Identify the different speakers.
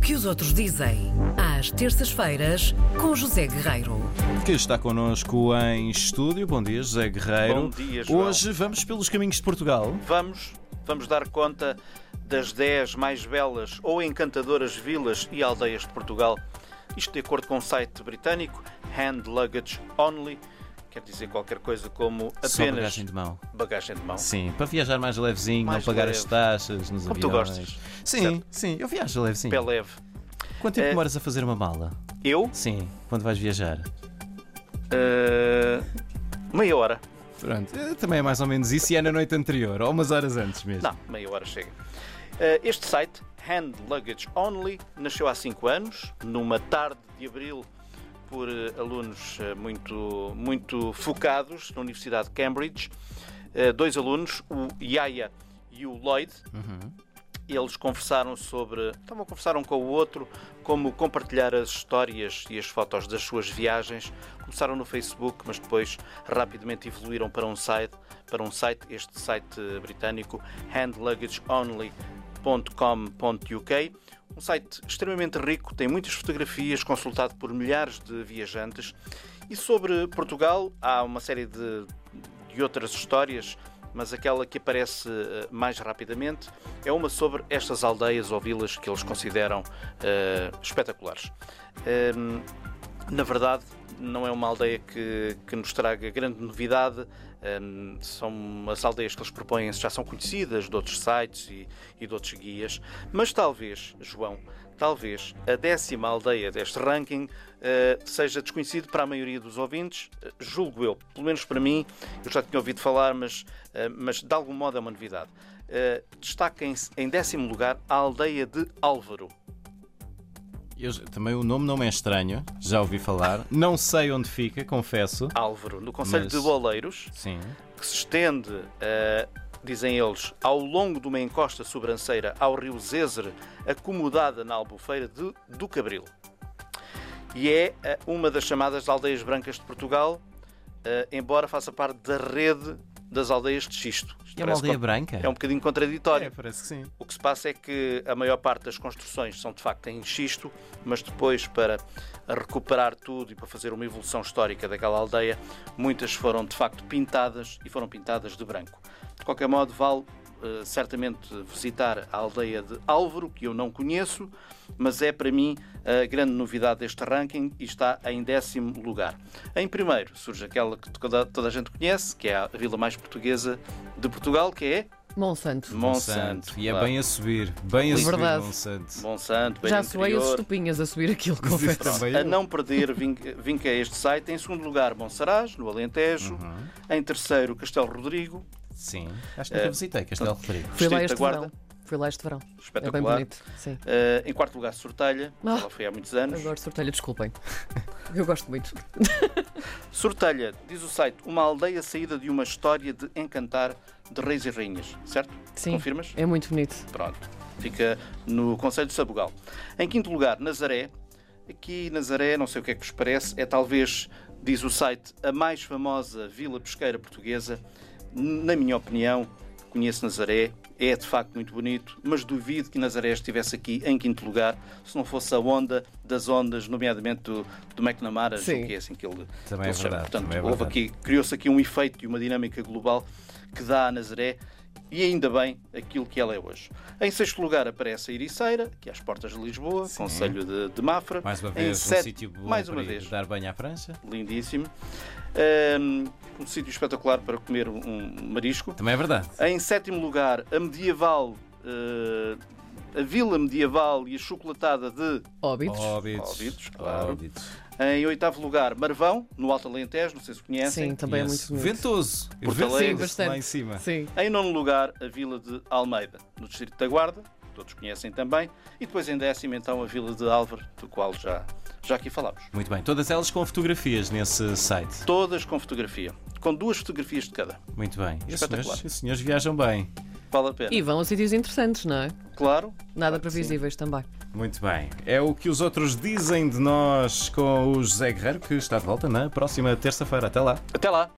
Speaker 1: que os outros dizem. Às terças-feiras, com José Guerreiro.
Speaker 2: que está connosco em estúdio. Bom dia, José Guerreiro.
Speaker 3: Bom dia, João.
Speaker 2: Hoje vamos pelos caminhos de Portugal.
Speaker 3: Vamos, vamos dar conta das 10 mais belas ou encantadoras vilas e aldeias de Portugal. Isto de acordo com o site britânico Hand Luggage Only, quer dizer qualquer coisa como apenas
Speaker 2: Só bagagem de mão.
Speaker 3: bagagem de mão.
Speaker 2: Sim, para viajar mais levezinho,
Speaker 3: Mais
Speaker 2: não pagar
Speaker 3: leve.
Speaker 2: as taxas nos
Speaker 3: Como tu
Speaker 2: aviões.
Speaker 3: gostas.
Speaker 2: Sim, sim, eu viajo levezinho.
Speaker 3: Pé leve.
Speaker 2: Quanto tempo
Speaker 3: É.
Speaker 2: demoras a fazer uma mala?
Speaker 3: Eu,
Speaker 2: Sim, quando vais viajar.
Speaker 3: eh, meia hora.
Speaker 2: Pronto, eh, também é mais ou menos isso e é na noite anterior, ou umas horas antes mesmo.
Speaker 3: Não, meia hora chega. Eh, Este site, Hand Luggage Only, nasceu há 5 anos, numa tarde de abril, por eh, alunos eh, muito, muito focados na Universidade de Cambridge. Eh, Dois alunos, o Yaya e o Lloyd. Eles conversaram sobre. Estavam a conversar um com o outro como compartilhar as histórias e as fotos das suas viagens. Começaram no Facebook, mas depois rapidamente evoluíram para um site, para um site, este site eh, britânico, handluggageonly.com.uk. Um site extremamente rico, tem muitas fotografias, consultado por milhares de viajantes. E sobre Portugal, há uma série de, de outras histórias, mas aquela que aparece eh, mais rapidamente é uma sobre estas aldeias ou vilas que eles consideram eh, espetaculares. Ehm, na verdade, não é uma aldeia que, que nos traga grande novidade. Hum, são as aldeias que eles propõem já são conhecidas de outros sites e, e de outros guias, mas talvez, João, talvez a décima aldeia deste ranking eh, seja desconhecida para a maioria dos ouvintes, eh, julgo eu, pelo menos para mim, eu já tinha ouvido falar, mas, eh, mas de algum modo é uma novidade. Eh, destaca em, em décimo lugar a aldeia de Álvaro.
Speaker 2: Eu, também o nome não me é estranho, já ouvi falar. Não sei onde fica, confesso.
Speaker 3: Álvaro, no Conselho
Speaker 2: Mas-
Speaker 3: de Boleiros,
Speaker 2: Sim.
Speaker 3: que se estende, eh, dizem eles, ao longo de uma encosta sobranceira ao rio Zezer, acomodada na albufeira de, do Cabril. E é eh, uma das chamadas aldeias brancas de Portugal, eh, embora faça parte da rede das aldeias de xisto. Isto
Speaker 2: É uma
Speaker 3: parece
Speaker 2: aldeia
Speaker 3: con-
Speaker 2: branca?
Speaker 3: É um bocadinho contraditório.
Speaker 2: É, parece que sim.
Speaker 3: O que se passa é que a maior parte das construções são de facto em xisto, mas depois para recuperar tudo e para fazer uma evolução histórica daquela aldeia, muitas foram de facto pintadas e foram pintadas de branco. De qualquer modo, vale eh, certamente visitar a aldeia de Álvaro, que eu não conheço, mas é para mim a grande novidade deste ranking e está em décimo lugar. Em primeiro surge aquela que toda, toda a gente conhece, que é a vila mais portuguesa de Portugal, que é
Speaker 4: Monsanto.
Speaker 3: Monsanto.
Speaker 2: E é
Speaker 3: claro.
Speaker 2: bem a subir, bem a
Speaker 4: É Verdade.
Speaker 2: subir, Monsanto.
Speaker 3: Monsanto, bem
Speaker 4: Já soei as
Speaker 3: interior.
Speaker 4: estupinhas a subir aquilo, confesso.
Speaker 2: Também eu.
Speaker 3: A Ah, não perder, vim, vim cá a este site. Em segundo lugar, Monsaraz, no Alentejo. Em terceiro, Castelo Rodrigo.
Speaker 2: Sim. Acho
Speaker 3: Eh,
Speaker 2: que nunca visitei Castelo Rodrigo.
Speaker 4: Fui lá
Speaker 3: Distrito
Speaker 4: este
Speaker 3: da Guarda.
Speaker 4: verão. Fui lá este verão. É bem
Speaker 3: Espetacular.
Speaker 4: bonito. Sim.
Speaker 3: Eh, em quarto lugar, Sortelha.
Speaker 4: Ah.
Speaker 3: Ela foi há muitos anos.
Speaker 4: Agora sortelha, desculpem. Eu gosto muito.
Speaker 3: Sortelha, diz o site, uma aldeia saída de uma história de encantar de reis e rainhas. Certo?
Speaker 4: Sim.
Speaker 3: Confirmas?
Speaker 4: É muito bonito.
Speaker 3: Pronto. Fica no Conselho de Sabugal. Em quinto lugar, Nazaré. Aqui Nazaré, não sei o que é que vos parece, é talvez, diz o site, a mais famosa vila pesqueira portuguesa. N- Na minha opinião, conheço Nazaré, é de facto muito bonito, mas duvido que Nazaré estivesse aqui em quinto lugar se não fosse a onda das ondas, nomeadamente do, do McNamara,
Speaker 4: Sim.
Speaker 3: julgo que é assim que ele,
Speaker 2: Também
Speaker 3: ele
Speaker 2: é
Speaker 3: se chama.
Speaker 2: verdade,
Speaker 3: Portanto,
Speaker 2: também é
Speaker 3: houve
Speaker 2: verdade.
Speaker 3: aqui, criou-se aqui um efeito e uma dinâmica global que dá a Nazaré e ainda bem aquilo que ela é hoje. Em sexto lugar aparece a Ericeira, que é às portas de Lisboa, Conselho de, de Mafra.
Speaker 2: Mais uma
Speaker 3: Em
Speaker 2: vez, um
Speaker 3: sete-
Speaker 2: sítio bom
Speaker 3: mais uma
Speaker 2: para ir
Speaker 3: vez,
Speaker 2: dar banho à prancha.
Speaker 3: lindíssimo. Hum, Um, sítio espetacular para comer um- um marisco.
Speaker 2: Também é verdade.
Speaker 3: Em sétimo lugar, a medieval, eh, a vila medieval e a chocolatada de
Speaker 4: Óbidos.
Speaker 3: Oh,
Speaker 2: Óbidos.
Speaker 3: Óbidos, claro.
Speaker 2: Óbidos.
Speaker 3: Em oitavo lugar, Marvão, no Alto Alentejo, não sei se conhecem.
Speaker 4: Sim, também é muito
Speaker 2: Conheço.
Speaker 4: bonito.
Speaker 2: Ventoso.
Speaker 3: Porto
Speaker 2: Ventoso,
Speaker 3: Alegre.
Speaker 4: Sim, bastante.
Speaker 2: Lá em cima.
Speaker 4: Sim.
Speaker 3: Em nono lugar, a vila de Almeida, no distrito da Guarda, que todos conhecem também. E depois em décimo, então, a vila de Álvaro, do qual já, já aqui falámos.
Speaker 2: Muito bem. Todas elas com fotografias nesse site.
Speaker 3: Todas com fotografia, com duas fotografias de cada.
Speaker 2: Muito bem. E os
Speaker 3: Espetacular.
Speaker 2: senhores- Os senhores viajam bem.
Speaker 3: Vale a pena.
Speaker 4: E vão a sítios interessantes, não é?
Speaker 3: Claro.
Speaker 4: Nada
Speaker 3: claro que sim.
Speaker 4: previsíveis também.
Speaker 2: Muito bem. É o que os outros dizem de nós com o José Guerreiro, que está de volta na próxima terça-feira. Até lá.
Speaker 3: Até lá.